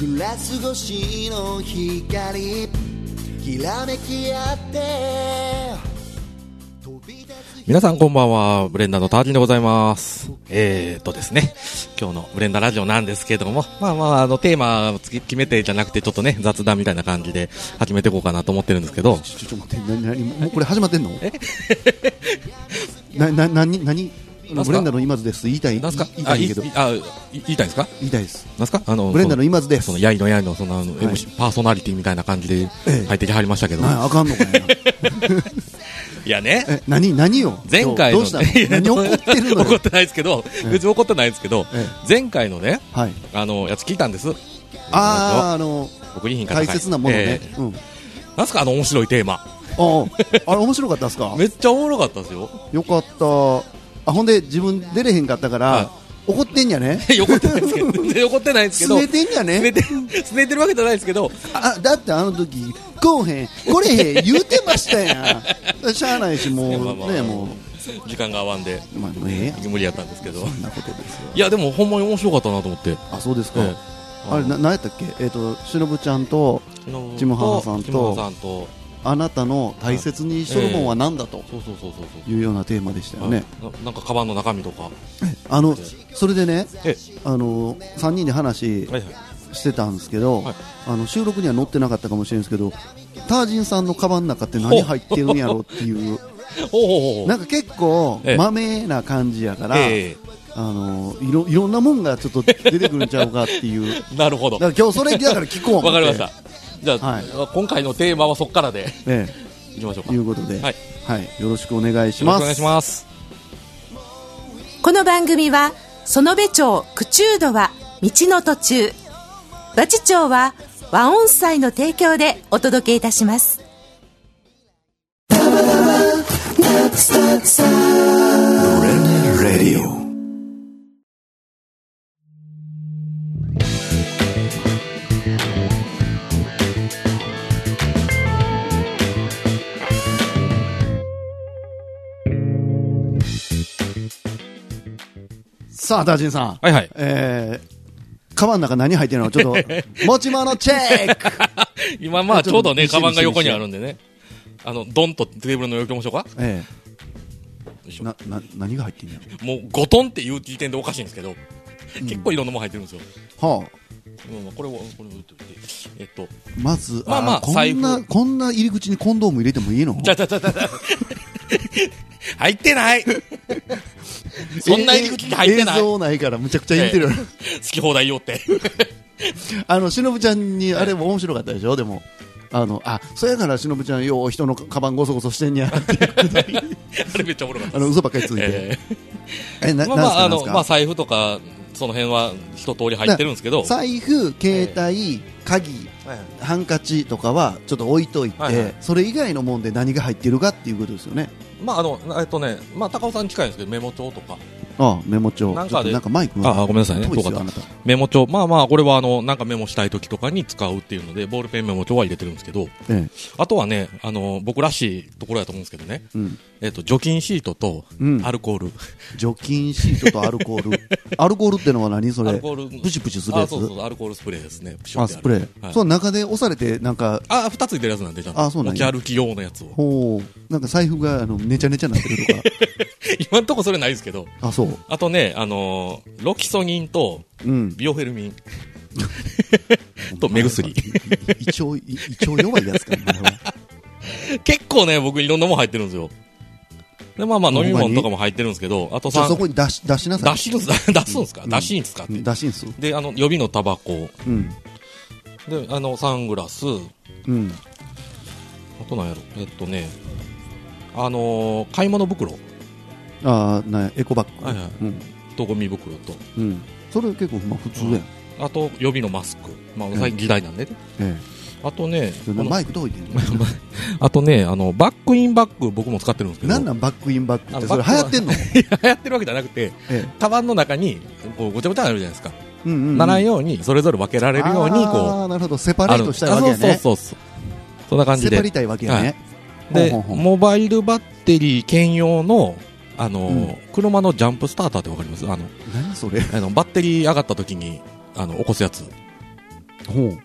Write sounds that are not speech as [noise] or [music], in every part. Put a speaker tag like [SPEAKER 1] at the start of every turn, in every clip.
[SPEAKER 1] グラス越しの光きらめき合って飛び立つ
[SPEAKER 2] 皆さんこんばんは、ブレンダーのタージンでございます。えーとですね、今日のブレンダーラジオなんですけども、まあまあ、あの、テーマをつき決めてじゃなくて、ちょっとね、雑談みたいな感じで始めていこうかなと思ってるんですけど、
[SPEAKER 3] ちょちょっと待って、なになにもうこれ始まってんの？なななになに
[SPEAKER 2] なんすか
[SPEAKER 3] ブレンダーの今津です。言いたい
[SPEAKER 2] なんすか
[SPEAKER 3] 言い
[SPEAKER 2] あ、
[SPEAKER 3] た
[SPEAKER 2] い
[SPEAKER 3] い
[SPEAKER 2] い
[SPEAKER 3] けど、言、
[SPEAKER 2] あ、い言いたいんですか
[SPEAKER 3] いたいです。
[SPEAKER 2] なんすかあの、
[SPEAKER 3] ブレンダーの
[SPEAKER 2] そ
[SPEAKER 3] 今津です
[SPEAKER 2] その、。やいのやいの、その、あの、
[SPEAKER 3] い
[SPEAKER 2] MC パーソナリティみたいな感じで
[SPEAKER 3] ええ
[SPEAKER 2] 入ってきはりましたけど、
[SPEAKER 3] なあかんのかいな。
[SPEAKER 2] いやね、
[SPEAKER 3] え何何よ。
[SPEAKER 2] 前回
[SPEAKER 3] どうど
[SPEAKER 2] の、
[SPEAKER 3] うした
[SPEAKER 2] [laughs]
[SPEAKER 3] の？何怒ってるの
[SPEAKER 2] 怒っ
[SPEAKER 3] よ？
[SPEAKER 2] てないですけど、別に怒ってないですけど
[SPEAKER 3] え、
[SPEAKER 2] 前回のね、
[SPEAKER 3] はい。
[SPEAKER 2] あの、やつ聞いたんです。
[SPEAKER 3] あああの
[SPEAKER 2] 僕に品
[SPEAKER 3] 大切なものね。うん。
[SPEAKER 2] なんすかあの面白いテーマ。
[SPEAKER 3] あああれ面白かったですか？
[SPEAKER 2] めっちゃおもろかったですよ。
[SPEAKER 3] よかった。あほんで自分出れへんかったか
[SPEAKER 2] はい
[SPEAKER 3] ら怒ってんやね。
[SPEAKER 2] いや怒ってないですけ
[SPEAKER 3] [laughs]
[SPEAKER 2] ど、全然怒ってないですけ
[SPEAKER 3] す
[SPEAKER 2] ど。
[SPEAKER 3] ねてんや
[SPEAKER 2] 拗ね
[SPEAKER 3] ね。
[SPEAKER 2] て、拗ねてるわけじゃないですけど、
[SPEAKER 3] あだってあの時こうへんこれへん言うてましたやん。 [laughs] しゃあないしもうねもう。
[SPEAKER 2] 時間が合わんで、
[SPEAKER 3] まあ、ええやん
[SPEAKER 2] 無理やったんですけど。
[SPEAKER 3] そんなことですよ。
[SPEAKER 2] いや、でもほんまに面白かったなと思って。
[SPEAKER 3] あ、そうですか。
[SPEAKER 2] え
[SPEAKER 3] あれ、な、なんやったっけえっ、と、しのぶちゃんと、
[SPEAKER 2] の
[SPEAKER 3] ジムハーさんと
[SPEAKER 2] ジムハーさんと、
[SPEAKER 3] あなたの大切にしとるもんは何だと
[SPEAKER 2] そうそうそうそう
[SPEAKER 3] い
[SPEAKER 2] そう
[SPEAKER 3] ようなテーマでしたよ
[SPEAKER 2] う。
[SPEAKER 3] ね。
[SPEAKER 2] ななんかカバンの中身とか。
[SPEAKER 3] あの、それでね、
[SPEAKER 2] え
[SPEAKER 3] あの、3人で話
[SPEAKER 2] はいはい
[SPEAKER 3] してたんですけど
[SPEAKER 2] はい、
[SPEAKER 3] あの、収録には載ってなかったかもしれんですけど、タージンさんのカバンの中って何入ってるんやろっていう、
[SPEAKER 2] ほうほうほう。
[SPEAKER 3] なんか結構
[SPEAKER 2] ええ、
[SPEAKER 3] マメな感じやから、
[SPEAKER 2] え
[SPEAKER 3] あの、いろ、いろんなもんがちょっと出てくるんちゃうかって
[SPEAKER 2] [laughs]
[SPEAKER 3] いう。
[SPEAKER 2] えなるほど。
[SPEAKER 3] だから今
[SPEAKER 2] わ
[SPEAKER 3] 日それだから聞こう思って
[SPEAKER 2] かりました。。じゃあ、
[SPEAKER 3] はい
[SPEAKER 2] 今回のテーマはそっからで
[SPEAKER 3] ええ。
[SPEAKER 2] いきましょうか。
[SPEAKER 3] ということで、
[SPEAKER 2] は
[SPEAKER 3] はいい、よろしくお願いし
[SPEAKER 2] よろ
[SPEAKER 3] ま
[SPEAKER 2] しく
[SPEAKER 3] す。
[SPEAKER 2] お願いします。
[SPEAKER 4] この番組は園部町九中度は道の途中和知町は和音祭の提供でお届けいたします
[SPEAKER 3] さあ、ダージンさん。
[SPEAKER 2] はいはい。
[SPEAKER 3] えー、カバンの中何入ってるのちょっと、
[SPEAKER 2] [laughs]
[SPEAKER 3] 持ち物チェック
[SPEAKER 2] 今まあちょうどね、
[SPEAKER 3] ちょ
[SPEAKER 2] カ
[SPEAKER 3] っと
[SPEAKER 2] バンが横にあるんでね。あの、ドンとテーブルの横に置きましょうか。
[SPEAKER 3] え
[SPEAKER 2] よいし
[SPEAKER 3] え
[SPEAKER 2] ょ
[SPEAKER 3] な、な、何が入ってんの
[SPEAKER 2] もう5トンっていう時点でおかしいんですけど、結構いろんなもん入ってるんですよ。
[SPEAKER 3] はあ、
[SPEAKER 2] うんまあこれを、これを打っておいてえっと、
[SPEAKER 3] まず、
[SPEAKER 2] まあまあ
[SPEAKER 3] こん
[SPEAKER 2] 財
[SPEAKER 3] な、
[SPEAKER 2] 布
[SPEAKER 3] こんな入り口にコンドーム入れてもいいの
[SPEAKER 2] ちゃちゃちゃちゃちゃ入ってないそんな入り口に入ってない
[SPEAKER 3] ええ映像ないからむちゃくちゃ言ってる。
[SPEAKER 2] 好き放題言おうって。
[SPEAKER 3] あの、しのぶちゃんに、あれも面白かったでしょでも。あの、あ、そやからしのぶちゃんよう人のカバンごそごそしてん
[SPEAKER 2] [laughs]
[SPEAKER 3] やっていうことで
[SPEAKER 2] あれめっちゃおもろかった
[SPEAKER 3] あ
[SPEAKER 2] で
[SPEAKER 3] の、
[SPEAKER 2] す。
[SPEAKER 3] 嘘ばっかりついて。
[SPEAKER 2] え
[SPEAKER 3] え、な、
[SPEAKER 2] えまあ
[SPEAKER 3] なん
[SPEAKER 2] ますあ、
[SPEAKER 3] か
[SPEAKER 2] あ
[SPEAKER 3] なん
[SPEAKER 2] の、
[SPEAKER 3] すか
[SPEAKER 2] まあ財布とか、その辺は一通り入ってるんですけど、
[SPEAKER 3] 財布、携帯、鍵、ハンカチとかはちょっと置いといて、
[SPEAKER 2] はいはい
[SPEAKER 3] それ以外のもんで何が入ってるかっていうことですよね。
[SPEAKER 2] まああの、えっとね、まあ高尾さんに近いんですけど、メモ帳とか。
[SPEAKER 3] ああメモ帳。
[SPEAKER 2] なん
[SPEAKER 3] ちょ
[SPEAKER 2] か
[SPEAKER 3] っ
[SPEAKER 2] で
[SPEAKER 3] となんかマイクが
[SPEAKER 2] ああごめんなさいね
[SPEAKER 3] 遠いです
[SPEAKER 2] 遠
[SPEAKER 3] よ
[SPEAKER 2] か
[SPEAKER 3] あ
[SPEAKER 2] っ
[SPEAKER 3] なた。
[SPEAKER 2] メモ帳、まあまあ、これはあの、なんかメモしたい時とかに使うっていうので、ボールペンメモ帳は入れてるんですけど、
[SPEAKER 3] え
[SPEAKER 2] あとはね、あの、僕らしいところだと思うんですけどね、
[SPEAKER 3] え、うん。
[SPEAKER 2] えっと、除菌シートと
[SPEAKER 3] うん
[SPEAKER 2] アルコール。
[SPEAKER 3] 除菌シートとアルコー
[SPEAKER 2] [laughs]
[SPEAKER 3] ル。アルコールってのは何そ
[SPEAKER 2] ア
[SPEAKER 3] れ
[SPEAKER 2] ルコール
[SPEAKER 3] プシプシするや
[SPEAKER 2] あ
[SPEAKER 3] つ
[SPEAKER 2] そうそう、アルコールスプレーですね。プシュ
[SPEAKER 3] あ
[SPEAKER 2] ってや
[SPEAKER 3] ス
[SPEAKER 2] る
[SPEAKER 3] プレー。
[SPEAKER 2] はい
[SPEAKER 3] その中で押されて、なんか、
[SPEAKER 2] あ、二つ入れるやつなんで、ちゃんと。
[SPEAKER 3] あそうなんや
[SPEAKER 2] 持ち歩き用のやつを。 [laughs]
[SPEAKER 3] ほう、なんか財布があのねちゃねちゃなってるとか。
[SPEAKER 2] 今んとこそれないですけど。
[SPEAKER 3] あ、そう。
[SPEAKER 2] あとね、あのーロキソニンと、
[SPEAKER 3] うん。
[SPEAKER 2] ビオフェルミン。と目薬
[SPEAKER 3] いい一応、い一応弱いやつ
[SPEAKER 2] [laughs]
[SPEAKER 3] かな。お前は
[SPEAKER 2] 結構ね、僕いろんなもん入ってるんですよ。で、まあまあ飲
[SPEAKER 3] ほ
[SPEAKER 2] み
[SPEAKER 3] んま
[SPEAKER 2] 物
[SPEAKER 3] に
[SPEAKER 2] とかも入ってるんですけど、あと
[SPEAKER 3] じゃあ
[SPEAKER 2] さ
[SPEAKER 3] そ、こに出し、出しなさ
[SPEAKER 2] 出
[SPEAKER 3] い。
[SPEAKER 2] しるんす、 [laughs] 出すんですか
[SPEAKER 3] うん
[SPEAKER 2] 出しに使って。
[SPEAKER 3] うん出しんす。
[SPEAKER 2] で、あの、予備のタバコ。
[SPEAKER 3] うん。
[SPEAKER 2] で、あの、サングラス。
[SPEAKER 3] うん。
[SPEAKER 2] あとなんやろ。えっとね、あのー買い物袋
[SPEAKER 3] ああ、なエコバッグ。
[SPEAKER 2] はいはい
[SPEAKER 3] うん。
[SPEAKER 2] とゴミ袋と、
[SPEAKER 3] うん。それ結構、まあ、普通やん。
[SPEAKER 2] うんあと予備のマスク。まあ、最近時代なんでね。
[SPEAKER 3] え
[SPEAKER 2] あとね、
[SPEAKER 3] え。
[SPEAKER 2] この
[SPEAKER 3] マイクどういてんの
[SPEAKER 2] あとね、あの、バックインバッグ僕も使ってるんですけど。
[SPEAKER 3] なんなんバックインバッグ
[SPEAKER 2] あ
[SPEAKER 3] って、
[SPEAKER 2] の
[SPEAKER 3] それ
[SPEAKER 2] バッ
[SPEAKER 3] 流
[SPEAKER 2] グ
[SPEAKER 3] 行ってんの
[SPEAKER 2] [laughs] 流行ってるわけじゃなくて、
[SPEAKER 3] え
[SPEAKER 2] カバンの中に、こう、ごちゃごちゃになるじゃないですか。
[SPEAKER 3] え。うんうんうん。
[SPEAKER 2] ならんように、それぞれ分けられるように、
[SPEAKER 3] あ
[SPEAKER 2] こ
[SPEAKER 3] あ、なるほど。セパ
[SPEAKER 2] う、
[SPEAKER 3] レ
[SPEAKER 2] あ
[SPEAKER 3] ー
[SPEAKER 2] る。
[SPEAKER 3] トしたいわけやね。
[SPEAKER 2] あそうそうそうそう。そんな感じ
[SPEAKER 3] セパ
[SPEAKER 2] で
[SPEAKER 3] り。たいわけやね。
[SPEAKER 2] で、
[SPEAKER 3] ほんほんほん
[SPEAKER 2] モバイルバッテリー兼用の、あのー、車のジャンプスターターってわかりますあの、
[SPEAKER 3] 何それ
[SPEAKER 2] あの、バッテリー上がった時に、あの、起こすやつ。
[SPEAKER 3] ほう
[SPEAKER 2] あ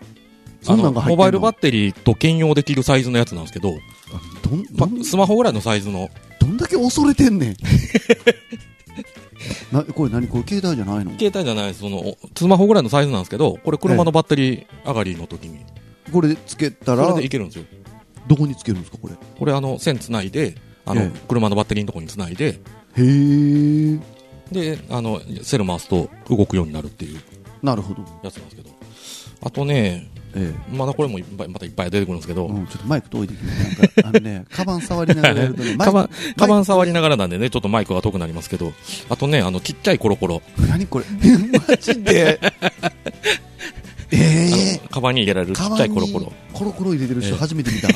[SPEAKER 3] そんな
[SPEAKER 2] の
[SPEAKER 3] んが入
[SPEAKER 2] モ
[SPEAKER 3] ってんの
[SPEAKER 2] バイルバッテリーと兼用できるサイズのやつなんですけど、
[SPEAKER 3] どんど
[SPEAKER 2] パ
[SPEAKER 3] ん
[SPEAKER 2] スマホぐらいのサイズの、
[SPEAKER 3] どんだけ恐れてんね
[SPEAKER 2] [laughs]
[SPEAKER 3] んなこれ何これ携帯じゃないの
[SPEAKER 2] 携帯じゃないです、その、スマホぐらいのサイズなんですけど、これ車のバッテリー上がりの時に、
[SPEAKER 3] これつけた
[SPEAKER 2] そ
[SPEAKER 3] ら
[SPEAKER 2] れでいけるんですよ。
[SPEAKER 3] どこにつけるんですかこれへ
[SPEAKER 2] これあの、線つないで、あ
[SPEAKER 3] え
[SPEAKER 2] の
[SPEAKER 3] え、
[SPEAKER 2] 車のバッテリーのとこにつないで、
[SPEAKER 3] え
[SPEAKER 2] で、あの、セル回すと動くようになるっていう
[SPEAKER 3] なるほど
[SPEAKER 2] やつなんですけど。あとね、
[SPEAKER 3] え
[SPEAKER 2] まだこれもいっぱい、またいっぱい出てくるんですけ
[SPEAKER 3] え
[SPEAKER 2] ど、
[SPEAKER 3] うん、ちょっとマイク遠いできないなん
[SPEAKER 2] [laughs]
[SPEAKER 3] かあのねカバン触りながらやるとねマイ
[SPEAKER 2] カ
[SPEAKER 3] ク
[SPEAKER 2] バン、カバ
[SPEAKER 3] マイ
[SPEAKER 2] ン触りながらなんでね、ちょっとマイクが遠くなりますけど、あとね、あの、ちっちゃいコロコロ、
[SPEAKER 3] ク何これ [laughs] マジでええ
[SPEAKER 2] あのカバンに入れられるち
[SPEAKER 3] カ
[SPEAKER 2] っ
[SPEAKER 3] バン
[SPEAKER 2] ちゃい
[SPEAKER 3] に
[SPEAKER 2] コロコロ。
[SPEAKER 3] コロコロ入れてる人
[SPEAKER 2] ええ
[SPEAKER 3] 初めて見た、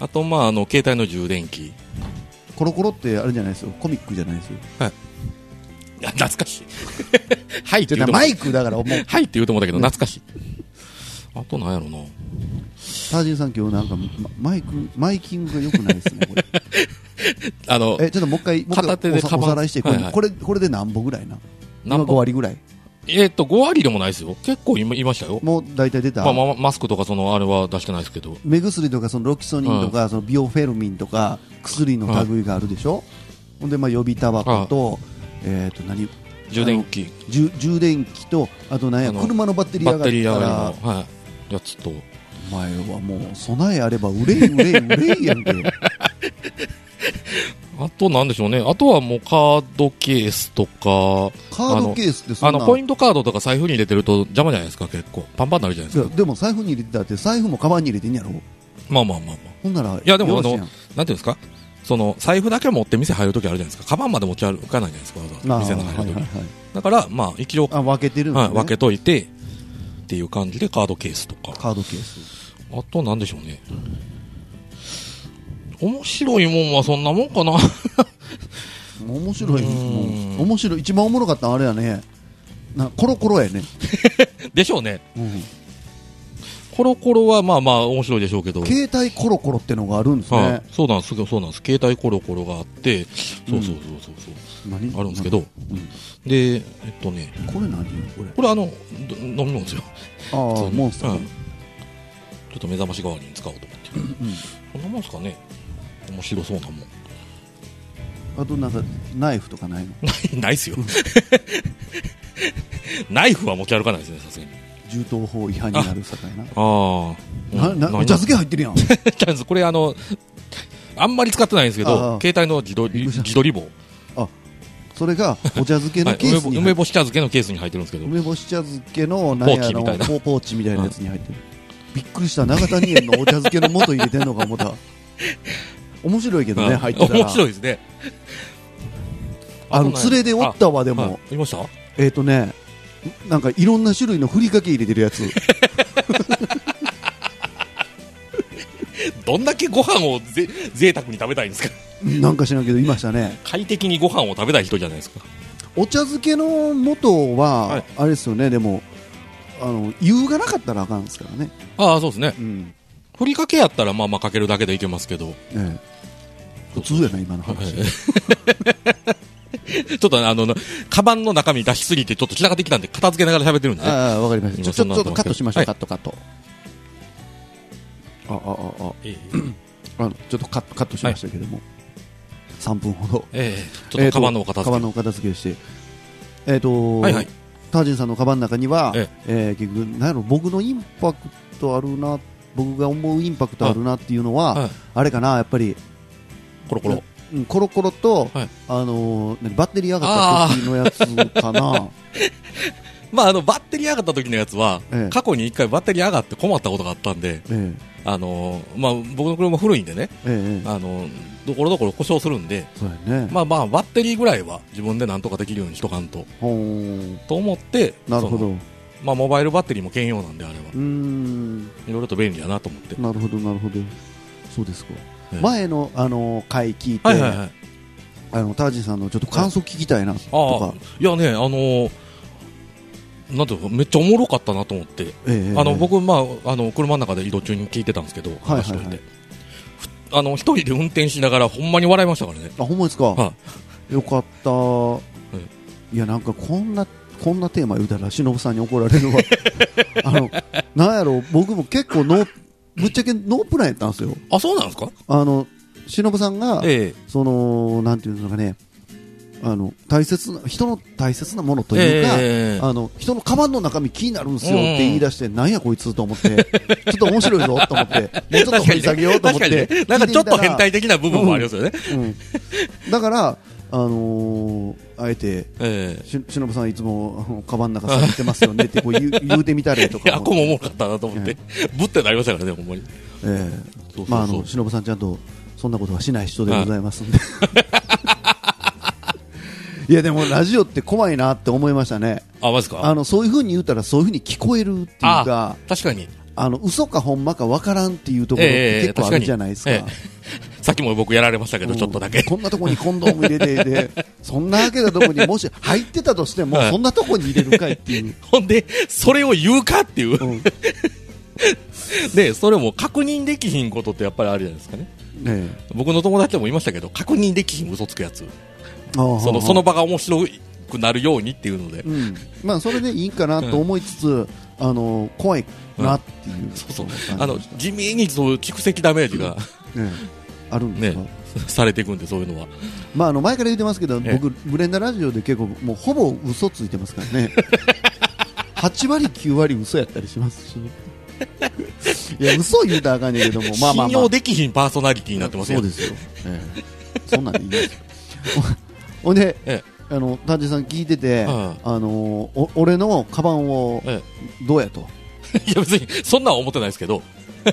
[SPEAKER 2] あと、まあ、あの、携帯の充電器。
[SPEAKER 3] コロコロってあれじゃないですよコミックじゃないですよ
[SPEAKER 2] いや、懐かし [laughs] い。はいって
[SPEAKER 3] じ
[SPEAKER 2] 言
[SPEAKER 3] ゃあ
[SPEAKER 2] うと思
[SPEAKER 3] マ
[SPEAKER 2] っ
[SPEAKER 3] イクだからもう
[SPEAKER 2] た。はいって言うと思ったけど、懐かしい。あと、なんやろな。
[SPEAKER 3] タージンさん今日なんかまマイクマイキングが良くないですねこれ
[SPEAKER 2] あ
[SPEAKER 3] [laughs]
[SPEAKER 2] の、
[SPEAKER 3] えちょっともう一回もう一回
[SPEAKER 2] 片手で
[SPEAKER 3] おさ
[SPEAKER 2] カ
[SPEAKER 3] お
[SPEAKER 2] バン
[SPEAKER 3] さらいしてこれ,、
[SPEAKER 2] はいはい
[SPEAKER 3] これこれで何歩ぐらいな
[SPEAKER 2] 何
[SPEAKER 3] 今
[SPEAKER 2] 歩
[SPEAKER 3] 5割ぐらい
[SPEAKER 2] えっと、5割でもないですよ。結構今、いましたよ。
[SPEAKER 3] もう大体出た、
[SPEAKER 2] まあ、まあマスクとか、その、あれは出してないですけど。
[SPEAKER 3] 目薬とかそのロキソニンとか、そのビオフェルミンとか薬の類があるでしょ、ほんでまあ予備タバコと、えっ、と何
[SPEAKER 2] 充電器、
[SPEAKER 3] 充充電器とあと何や
[SPEAKER 2] あの
[SPEAKER 3] 車のバッテリー
[SPEAKER 2] バ
[SPEAKER 3] 上
[SPEAKER 2] ッ
[SPEAKER 3] が
[SPEAKER 2] テリー
[SPEAKER 3] っ
[SPEAKER 2] 上
[SPEAKER 3] た
[SPEAKER 2] が
[SPEAKER 3] ら
[SPEAKER 2] りの、はい。やつと。
[SPEAKER 3] お前はもう備えあれば売れん売れん売れんやんけ [laughs]
[SPEAKER 2] あと、なんでしょうね。あとはもう、カードケースとか、
[SPEAKER 3] カードケースってそ
[SPEAKER 2] あ
[SPEAKER 3] んな
[SPEAKER 2] の、ポイントカードとか財布に入れてると邪魔じゃないですか、結構。パンパンになるじゃない
[SPEAKER 3] い
[SPEAKER 2] で
[SPEAKER 3] や
[SPEAKER 2] すか。
[SPEAKER 3] でも財布に入れてたって財布もカバンに入れてんやろ
[SPEAKER 2] まあまあまあまあ。
[SPEAKER 3] ほんなら
[SPEAKER 2] いや、でもあ
[SPEAKER 3] よ
[SPEAKER 2] の、
[SPEAKER 3] ろし
[SPEAKER 2] なん
[SPEAKER 3] やん
[SPEAKER 2] ていうんですかその、財布だけ持って店入るときあるじゃないですか。カバンまで持ち歩かないじゃないですか、わざわざ
[SPEAKER 3] あー
[SPEAKER 2] 店の中入る
[SPEAKER 3] は
[SPEAKER 2] とき、
[SPEAKER 3] いはいはい
[SPEAKER 2] だから、まあ、一応、
[SPEAKER 3] あ分けてるんで
[SPEAKER 2] は
[SPEAKER 3] す
[SPEAKER 2] い、
[SPEAKER 3] ね
[SPEAKER 2] 分けといて、っていう感じでカードケースとか。
[SPEAKER 3] カードケース
[SPEAKER 2] あと、なんでしょうね。面白いもんはそんなもんかな。 [laughs]
[SPEAKER 3] 面白いも
[SPEAKER 2] うん
[SPEAKER 3] ん面白い一番おもろかったのあれやねなコロコロやね、
[SPEAKER 2] でしょうね。
[SPEAKER 3] うん
[SPEAKER 2] コロコロはまあまあ面白いでしょうけど。
[SPEAKER 3] 携帯コロコロってのがあるんですね、
[SPEAKER 2] はい、そうなんです、そうなんです。携帯コロコロがあって、そうそうそうそうそう。
[SPEAKER 3] 何
[SPEAKER 2] あるんですけど、
[SPEAKER 3] うん
[SPEAKER 2] で、えっとね、
[SPEAKER 3] これ何これ
[SPEAKER 2] これあの、ど飲み物ですよ。
[SPEAKER 3] あ
[SPEAKER 2] 普
[SPEAKER 3] あ
[SPEAKER 2] 通に
[SPEAKER 3] モンスター、
[SPEAKER 2] うんちょっと目覚まし代わりに使おうと思って。こんなもんすかね面白そうなもん。
[SPEAKER 3] あとなんかナイフとかないの
[SPEAKER 2] [laughs] ない、ないっすよ。ナイフは持ち歩かないですね、さすがに。
[SPEAKER 3] 銃刀法違反になるさかいな
[SPEAKER 2] あ
[SPEAKER 3] ななお茶
[SPEAKER 2] [laughs]
[SPEAKER 3] 漬け入ってるやん
[SPEAKER 2] けちゃうんですこれあの、あんまり使ってないんですけ
[SPEAKER 3] あ
[SPEAKER 2] ど
[SPEAKER 3] あ、
[SPEAKER 2] 携帯の自撮
[SPEAKER 3] びっくり
[SPEAKER 2] り
[SPEAKER 3] した
[SPEAKER 2] 自撮り棒。
[SPEAKER 3] あそれがお茶漬け
[SPEAKER 2] は
[SPEAKER 3] の
[SPEAKER 2] い
[SPEAKER 3] ケー
[SPEAKER 2] 梅
[SPEAKER 3] ス
[SPEAKER 2] 干
[SPEAKER 3] に入
[SPEAKER 2] 梅
[SPEAKER 3] って
[SPEAKER 2] 干し茶漬けのケースに入ってるんですけど、
[SPEAKER 3] 梅干し茶漬けの何や
[SPEAKER 2] ポーチみたいな
[SPEAKER 3] あのポポーチみたいなやつに入ってるびっくりした永谷園のお茶漬けの
[SPEAKER 2] [laughs]
[SPEAKER 3] 元入れてんのか思った面白いけどね
[SPEAKER 2] あ
[SPEAKER 3] 入ってたら
[SPEAKER 2] 面白いですね。
[SPEAKER 3] あの連れでおったわで
[SPEAKER 2] で
[SPEAKER 3] も、
[SPEAKER 2] いました
[SPEAKER 3] えっ、とねなんかいろんな種類のふりかけ入れてるやつ
[SPEAKER 2] [laughs] どんだけご飯をぜ贅沢に食べたいんですか
[SPEAKER 3] なんか知らんけどいましたね
[SPEAKER 2] 快適にご飯を食べたい人じゃないですか
[SPEAKER 3] お茶漬けの元は、
[SPEAKER 2] はい
[SPEAKER 3] あれですよねでもあの湯がなかったらあかんですからね
[SPEAKER 2] ああそうですね
[SPEAKER 3] うん、
[SPEAKER 2] ふりかけやったらまあまあかけるだけでいけますけど
[SPEAKER 3] ええ普通やな今の話、
[SPEAKER 2] ちょっとねあのカバンの中身出しすぎてちょっと散らかってきたんで片付けながら喋ってるんでね
[SPEAKER 3] ああわかりましたち
[SPEAKER 2] 今
[SPEAKER 3] ょち
[SPEAKER 2] そん
[SPEAKER 3] ょ
[SPEAKER 2] な
[SPEAKER 3] ちょっと
[SPEAKER 2] とこ
[SPEAKER 3] カットしましょう、
[SPEAKER 2] はい
[SPEAKER 3] カットカットあああ
[SPEAKER 2] ええ
[SPEAKER 3] ああのちょっとカットカットしましたけども、3分ほど
[SPEAKER 2] ええちょっとカバンのお片
[SPEAKER 3] えーとカバン
[SPEAKER 2] 付け
[SPEAKER 3] のお片付けをしてえっ、と、
[SPEAKER 2] はいはい
[SPEAKER 3] タージンさんのカバンの中には、
[SPEAKER 2] え
[SPEAKER 3] えー結局なんやろ僕のインパクトあるな僕が思うインパクトあるなっていうのは、
[SPEAKER 2] はい
[SPEAKER 3] あれかなやっぱり
[SPEAKER 2] コロコロ
[SPEAKER 3] うんコロコロと、
[SPEAKER 2] はい
[SPEAKER 3] あのー何バッテリー上がった時のやつかな
[SPEAKER 2] まああのバッテリー上がった時のやつは、
[SPEAKER 3] ええ
[SPEAKER 2] 過去に一回バッテリー上がって困ったことがあったんで
[SPEAKER 3] [laughs] ええ
[SPEAKER 2] あのまあ僕の車古いんでね
[SPEAKER 3] ええええ
[SPEAKER 2] あのところどころ故障するんで
[SPEAKER 3] そうやね、
[SPEAKER 2] まあまあバッテリーぐらいは自分でなんとかできるようにしとかんと
[SPEAKER 3] ほー
[SPEAKER 2] と思って
[SPEAKER 3] なるほ
[SPEAKER 2] そ
[SPEAKER 3] ど
[SPEAKER 2] の
[SPEAKER 3] う
[SPEAKER 2] まあモバイルバッテリーも兼用なんであれは
[SPEAKER 3] ーん
[SPEAKER 2] いろいろと便利だなと思って、
[SPEAKER 3] なるほどなるほどそうですか、
[SPEAKER 2] ええ
[SPEAKER 3] 前の、あのー回聞いて、
[SPEAKER 2] はいはいはい
[SPEAKER 3] あのタージンさんのちょっと感想聞きたいなとか、
[SPEAKER 2] ああいやねあのーなんていうかめっちゃおもろかったなと思って、
[SPEAKER 3] ええ
[SPEAKER 2] あの僕、まあ、あの車の中で移動中に聞いてたんですけど、
[SPEAKER 3] はいはいはい
[SPEAKER 2] 話しとてふあの一人で運転しながらほんまに笑いましたからね、
[SPEAKER 3] あほんまですか、
[SPEAKER 2] は
[SPEAKER 3] よかった、
[SPEAKER 2] [laughs]
[SPEAKER 3] いやなんかこんなこんなテーマ言うたら忍さんに怒られるわあのなんやろ僕も結構ノーぶっちゃけノープランやったんですよ
[SPEAKER 2] あ、そうなんですか
[SPEAKER 3] あの忍さんが、
[SPEAKER 2] ええ
[SPEAKER 3] そのなんていうんですかねあの大切な人の大切なものというか、
[SPEAKER 2] ええ
[SPEAKER 3] あの人のカバンの中身気になるんですよって言い出して、なんやこいつと思ってちょっと面白いぞと思
[SPEAKER 2] [laughs]
[SPEAKER 3] ってもうちょっと掘り下げようと思っ
[SPEAKER 2] 確かにね
[SPEAKER 3] て
[SPEAKER 2] 確かにねなんかちょっと変態
[SPEAKER 3] で、
[SPEAKER 2] 的な部分もあります
[SPEAKER 3] [laughs]
[SPEAKER 2] よね。
[SPEAKER 3] うん、だから、あのーあえて
[SPEAKER 2] ええ
[SPEAKER 3] し忍さんいつもあのカバンの中探ってますよねってこう
[SPEAKER 2] [laughs]
[SPEAKER 3] 言う言うてみたりと
[SPEAKER 2] いや、
[SPEAKER 3] か
[SPEAKER 2] ここもおもろかったなと思って、ぶってなりましたからね、ほんまに。
[SPEAKER 3] ええ
[SPEAKER 2] そうそうそう
[SPEAKER 3] まああの忍さんちゃんとそんなことはしない人でございますんで、い、やでもラジオって怖いなって思いましたね
[SPEAKER 2] あ、マジですか
[SPEAKER 3] あのそういうふうに言ったらそういうふうに聞こえるっていうか
[SPEAKER 2] あ確かに。
[SPEAKER 3] あの嘘かほんまかわからんっていうところって
[SPEAKER 2] ええ
[SPEAKER 3] 結構あるじゃないですか、
[SPEAKER 2] ええ確にええさっきも僕やられましたけど、ちょっとだけ。 [laughs]
[SPEAKER 3] こんなとこにコンドーム入れてでそんなわけなとこにもし入ってたとしても
[SPEAKER 2] はい
[SPEAKER 3] そんなとこに入れるかいっていう、
[SPEAKER 2] ほんで、それを言うかっていう、 [laughs]
[SPEAKER 3] うん
[SPEAKER 2] で、それも確認できひんことってやっぱりあるじゃないですかね。
[SPEAKER 3] え
[SPEAKER 2] 僕の友達でもいましたけど、確認できひん嘘つくやつ。
[SPEAKER 3] えそ
[SPEAKER 2] その、その場が面白くなるようにっていうので。
[SPEAKER 3] うんまあ、それでいいかなと思いつつ、あの怖いなっていう、
[SPEAKER 2] そうそう
[SPEAKER 3] 感じ。
[SPEAKER 2] あの、地味にそう、蓄積ダメージが、
[SPEAKER 3] ね、あるんです
[SPEAKER 2] ね
[SPEAKER 3] か、、
[SPEAKER 2] されていくんで、そういうのは。
[SPEAKER 3] まあ、あの前から言ってますけど、
[SPEAKER 2] ええ
[SPEAKER 3] 僕、ブレンダラジオで結構、もうほぼ嘘ついてますからね、8割、9割嘘やったりしますし、ね、いや、嘘言うたらあかんねんけども、まあまあ、まあ、
[SPEAKER 2] 信用できひんパーソナリティになってます
[SPEAKER 3] そ
[SPEAKER 2] よ
[SPEAKER 3] うですよ、ええそんなんでいいですよ、ほんで、
[SPEAKER 2] え
[SPEAKER 3] あの丹治さん聞いてて、
[SPEAKER 2] はい
[SPEAKER 3] あのお俺のカバンを
[SPEAKER 2] え
[SPEAKER 3] どうやと。
[SPEAKER 2] え [laughs] いや、別に、そんなんは思ってないですけど。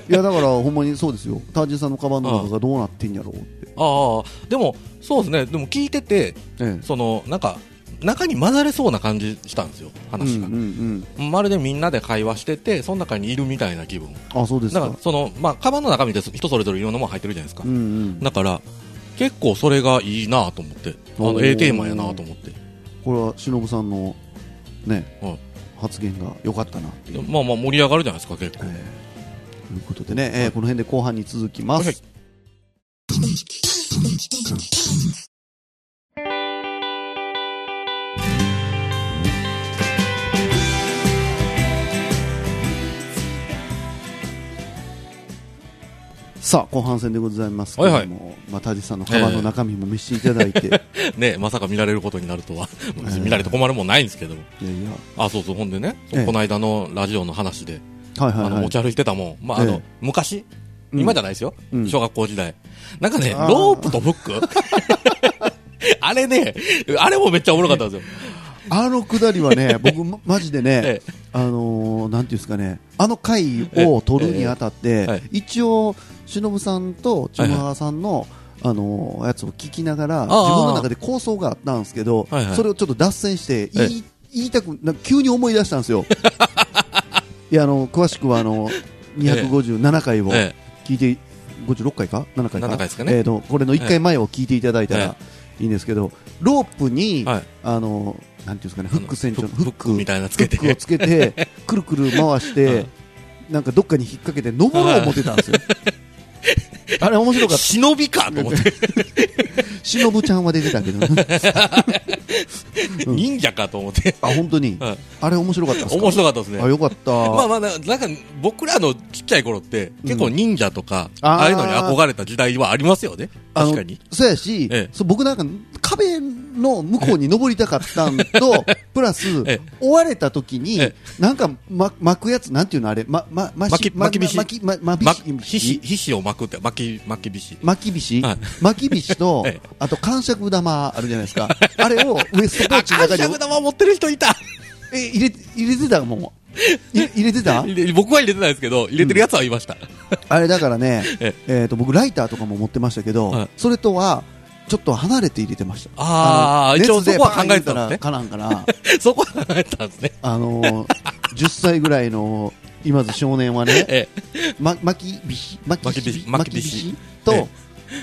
[SPEAKER 3] いやだからほんまにそうですよ、タージンさんのカバンの中がどうなってんやろうって、
[SPEAKER 2] ああ、でも、そうですね。でも聞いてて、
[SPEAKER 3] ええ
[SPEAKER 2] その、なんか、中に混ざれそうな感じしたんですよ、
[SPEAKER 3] うん
[SPEAKER 2] 話が。
[SPEAKER 3] うん
[SPEAKER 2] まるでみんなで会話してて、その中にいるみたいな気分。
[SPEAKER 3] うん、あそうです
[SPEAKER 2] だ
[SPEAKER 3] か、
[SPEAKER 2] から、その、まあ、カバンの中身って人それぞれいろんなもん入ってるじゃないですか
[SPEAKER 3] うん。うん、
[SPEAKER 2] だから、結構それがいいなと思って。あ
[SPEAKER 3] お
[SPEAKER 2] の、
[SPEAKER 3] ー
[SPEAKER 2] ええテーマやなと思って。
[SPEAKER 3] これは忍さんの、ね
[SPEAKER 2] うん
[SPEAKER 3] 発言が良かったなっていう,、
[SPEAKER 2] まあまあ盛り上がるじゃないですか、結構。 [laughs]
[SPEAKER 3] ええということでね、ええこの辺で後半に続きます。
[SPEAKER 2] はい
[SPEAKER 3] さあ後半戦でございますけれども、まあ、タージンさんのカバンの中身も見せていただい
[SPEAKER 2] [laughs]
[SPEAKER 3] て、
[SPEAKER 2] ね、まさか見られることになるとは。 [laughs] 別に見られて困るもんないんですけども。
[SPEAKER 3] いやいや、
[SPEAKER 2] あ、そうそう、ほんでね、そう
[SPEAKER 3] ええ
[SPEAKER 2] この間のラジオの話で、
[SPEAKER 3] はいはい
[SPEAKER 2] あ
[SPEAKER 3] はい、
[SPEAKER 2] の、持ち歩いてたもん。まあ、あ
[SPEAKER 3] え
[SPEAKER 2] の
[SPEAKER 3] え、
[SPEAKER 2] 昔
[SPEAKER 3] うん
[SPEAKER 2] 今じゃないですよ
[SPEAKER 3] うん。
[SPEAKER 2] 小学校時代。なんかね、
[SPEAKER 3] あー
[SPEAKER 2] ロープとフック [laughs] あれね、あれもめっちゃおもろかったんですよ。
[SPEAKER 3] あのくだりは
[SPEAKER 2] [laughs]
[SPEAKER 3] ね、僕、まマジでね、
[SPEAKER 2] ええ
[SPEAKER 3] あのーなんていうんですかね、あの回を撮るにあたって、
[SPEAKER 2] えはい
[SPEAKER 3] 一応、忍さんとちむはさんの、あのーやつを聞きながら、
[SPEAKER 2] あ
[SPEAKER 3] 自
[SPEAKER 2] あ
[SPEAKER 3] 分の中で構想があったんですけど、
[SPEAKER 2] はいはい
[SPEAKER 3] それをちょっと脱線して、言
[SPEAKER 2] え
[SPEAKER 3] い言いたくなんか急に思い出したんです
[SPEAKER 2] [laughs]
[SPEAKER 3] よ。いや、あの、詳しくは、あの、257回を
[SPEAKER 2] え
[SPEAKER 3] 聞いて、56回か ?7 回か
[SPEAKER 2] 7回ですかね
[SPEAKER 3] えーと、これの1回前を聞いていただいたらいいんですけど、ロープに、
[SPEAKER 2] はい
[SPEAKER 3] あの、なんていうんですかね、フック船長の
[SPEAKER 2] フックみたいなのつけて
[SPEAKER 3] フックをつけ
[SPEAKER 2] [laughs]
[SPEAKER 3] て、くるくる回して、なんかどっかに引っ掛けて、登ろう思ってたんですよ。あれ面白か
[SPEAKER 2] え。
[SPEAKER 3] った。
[SPEAKER 2] 忍びかと思って、
[SPEAKER 3] しのぶちゃんは出てたけど、うん
[SPEAKER 2] 忍者かと思って、
[SPEAKER 3] あ、本当に
[SPEAKER 2] はい。
[SPEAKER 3] あれ面白かったですか
[SPEAKER 2] 面白かったですね
[SPEAKER 3] あ、。よかった。
[SPEAKER 2] まあまあな、なんか、僕らのちっちゃい頃って、結構忍者とか、
[SPEAKER 3] あー
[SPEAKER 2] ああいうのに憧れた時代はありますよね。
[SPEAKER 3] あ
[SPEAKER 2] 確
[SPEAKER 3] の
[SPEAKER 2] かに。
[SPEAKER 3] そうやし、
[SPEAKER 2] ええ
[SPEAKER 3] そう僕なんか壁の向こうに登りたかったん
[SPEAKER 2] [laughs]
[SPEAKER 3] と、プラス、
[SPEAKER 2] え
[SPEAKER 3] 追われた時に
[SPEAKER 2] え、
[SPEAKER 3] なんか、ま、巻くやつ、なんていうのあれ、ま、ま、ま
[SPEAKER 2] 巻き
[SPEAKER 3] ま
[SPEAKER 2] 巻き菱
[SPEAKER 3] ままま
[SPEAKER 2] ま、
[SPEAKER 3] 巻き
[SPEAKER 2] ひし、ひしを巻くって、巻き、巻きびし。
[SPEAKER 3] 巻き菱
[SPEAKER 2] はい
[SPEAKER 3] 巻き菱と
[SPEAKER 2] [laughs] ええ、
[SPEAKER 3] あと、感触玉あるじゃないです
[SPEAKER 2] [laughs]
[SPEAKER 3] か。あれをウエストポー
[SPEAKER 2] あ、
[SPEAKER 3] チの
[SPEAKER 2] 感
[SPEAKER 3] 中
[SPEAKER 2] 触
[SPEAKER 3] に
[SPEAKER 2] 玉持ってる人いた
[SPEAKER 3] え入れ、入れてたもん。い入れてた
[SPEAKER 2] 入れ僕は入れてない [laughs] ですけど、入れてるやつはいました。 [laughs]
[SPEAKER 3] あれだからね、
[SPEAKER 2] え
[SPEAKER 3] えっと、僕、ライターとかも持ってましたけ
[SPEAKER 2] は
[SPEAKER 3] ど
[SPEAKER 2] い、
[SPEAKER 3] それとは、ちょっと離れて入れてました。
[SPEAKER 2] あー
[SPEAKER 3] の
[SPEAKER 2] 一応
[SPEAKER 3] 熱で
[SPEAKER 2] そこは考えてた
[SPEAKER 3] パーン
[SPEAKER 2] んですね
[SPEAKER 3] 言うらかなんから。
[SPEAKER 2] そこは考えたんですね。
[SPEAKER 3] あの [laughs] ー、10歳ぐらいの今津少年はね、
[SPEAKER 2] え
[SPEAKER 3] ま、巻きびし、巻きびし、
[SPEAKER 2] 巻
[SPEAKER 3] 巻
[SPEAKER 2] き
[SPEAKER 3] きび
[SPEAKER 2] びし
[SPEAKER 3] しと
[SPEAKER 2] え、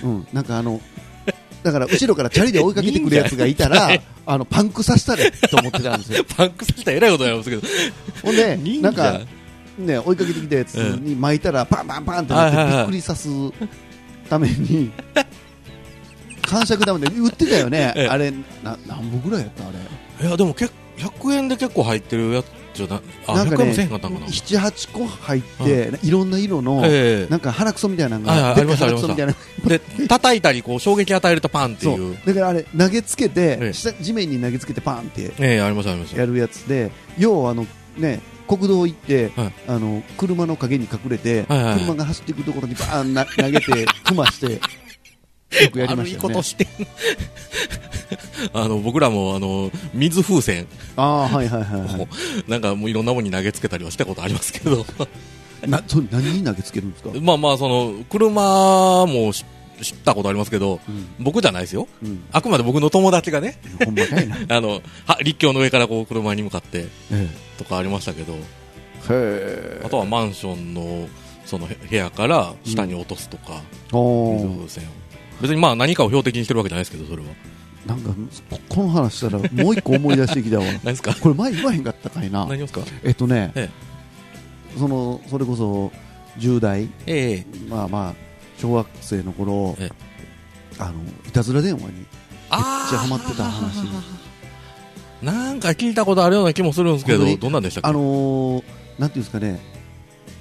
[SPEAKER 3] うん、なんかあの、だから後ろからチャリで追いかけてくるやつがいたら、あの、パンクさせたれと思ってたんです
[SPEAKER 2] え
[SPEAKER 3] よ。
[SPEAKER 2] パンクさせたらえらいことになりますけど、
[SPEAKER 3] ほんで、
[SPEAKER 2] 忍
[SPEAKER 3] なんか
[SPEAKER 2] 者、
[SPEAKER 3] ね、追いかけてきたやつに巻いたら、パンパンパンってなって
[SPEAKER 2] はいはい
[SPEAKER 3] び
[SPEAKER 2] はい
[SPEAKER 3] っくりさすため
[SPEAKER 2] [laughs]
[SPEAKER 3] に、感触ダメで売ってたよね
[SPEAKER 2] ええ。
[SPEAKER 3] あれ、な、何本ぐらいやったあれ。
[SPEAKER 2] いや、でも結構、100円で結構入ってるやつちょっとあ
[SPEAKER 3] なんか
[SPEAKER 2] 100円
[SPEAKER 3] ね
[SPEAKER 2] もせえへんかったんかな
[SPEAKER 3] 78個入って、いろんな色の、
[SPEAKER 2] ええ
[SPEAKER 3] なんか鼻くそみたいなの
[SPEAKER 2] はいは
[SPEAKER 3] が
[SPEAKER 2] い
[SPEAKER 3] でっ
[SPEAKER 2] あ
[SPEAKER 3] か
[SPEAKER 2] りま
[SPEAKER 3] い
[SPEAKER 2] した
[SPEAKER 3] 鼻くそみたいな
[SPEAKER 2] で叩いたりこう衝撃与えるとパンってい
[SPEAKER 3] そう
[SPEAKER 2] う
[SPEAKER 3] だからあれ投げつけて、
[SPEAKER 2] ええ
[SPEAKER 3] 下地面に投げつけてパンって
[SPEAKER 2] ええありましたありました
[SPEAKER 3] やるやつで要はあのね国道行って、
[SPEAKER 2] はい
[SPEAKER 3] あの車の陰に隠れて、
[SPEAKER 2] はいはいはい
[SPEAKER 3] 車が走っていくところにバーンな [laughs] 投げてクマしてよくやりま
[SPEAKER 2] 悪い
[SPEAKER 3] した
[SPEAKER 2] こ
[SPEAKER 3] よね
[SPEAKER 2] としてんあの [laughs] 僕らもあの水風船
[SPEAKER 3] ああーはいはいはい、は
[SPEAKER 2] をなんかもういろんなものに投げつけたりはしたことありますけど [laughs]
[SPEAKER 3] い、なそれ何に投げつけるんですか、
[SPEAKER 2] まあまあその車もし知ったことありますけど
[SPEAKER 3] うん
[SPEAKER 2] 僕じゃないですよ
[SPEAKER 3] うん、
[SPEAKER 2] あくまで僕の友達がね
[SPEAKER 3] ほんまかいな、
[SPEAKER 2] [laughs]
[SPEAKER 3] え
[SPEAKER 2] あのは立教の上からこう車に向かって
[SPEAKER 3] え
[SPEAKER 2] とかありましたけど
[SPEAKER 3] へ
[SPEAKER 2] あとはマンションのそのへ部屋から下に落とすとか、
[SPEAKER 3] えお
[SPEAKER 2] 水
[SPEAKER 3] ー
[SPEAKER 2] 風船を別にまあ何かを標的にしてるわけじゃないですけどそれは
[SPEAKER 3] なんかここの話したらもう一個思い出してき
[SPEAKER 2] [laughs]
[SPEAKER 3] たわ
[SPEAKER 2] 何ですか
[SPEAKER 3] これ前言わへんかったかいな
[SPEAKER 2] 何ですか
[SPEAKER 3] えっとね、
[SPEAKER 2] え
[SPEAKER 3] そのそれこそ10代
[SPEAKER 2] ええ
[SPEAKER 3] まあまあ小学生の頃
[SPEAKER 2] ええ
[SPEAKER 3] あのいたずら電話にめっちゃ
[SPEAKER 2] あ
[SPEAKER 3] ハマってた
[SPEAKER 2] [laughs]
[SPEAKER 3] 話に
[SPEAKER 2] あなんか聞いたことあるような気もするんですけ
[SPEAKER 3] 本当
[SPEAKER 2] ど
[SPEAKER 3] に
[SPEAKER 2] どんなんでしたっけ
[SPEAKER 3] あのー、なんていうんですかね、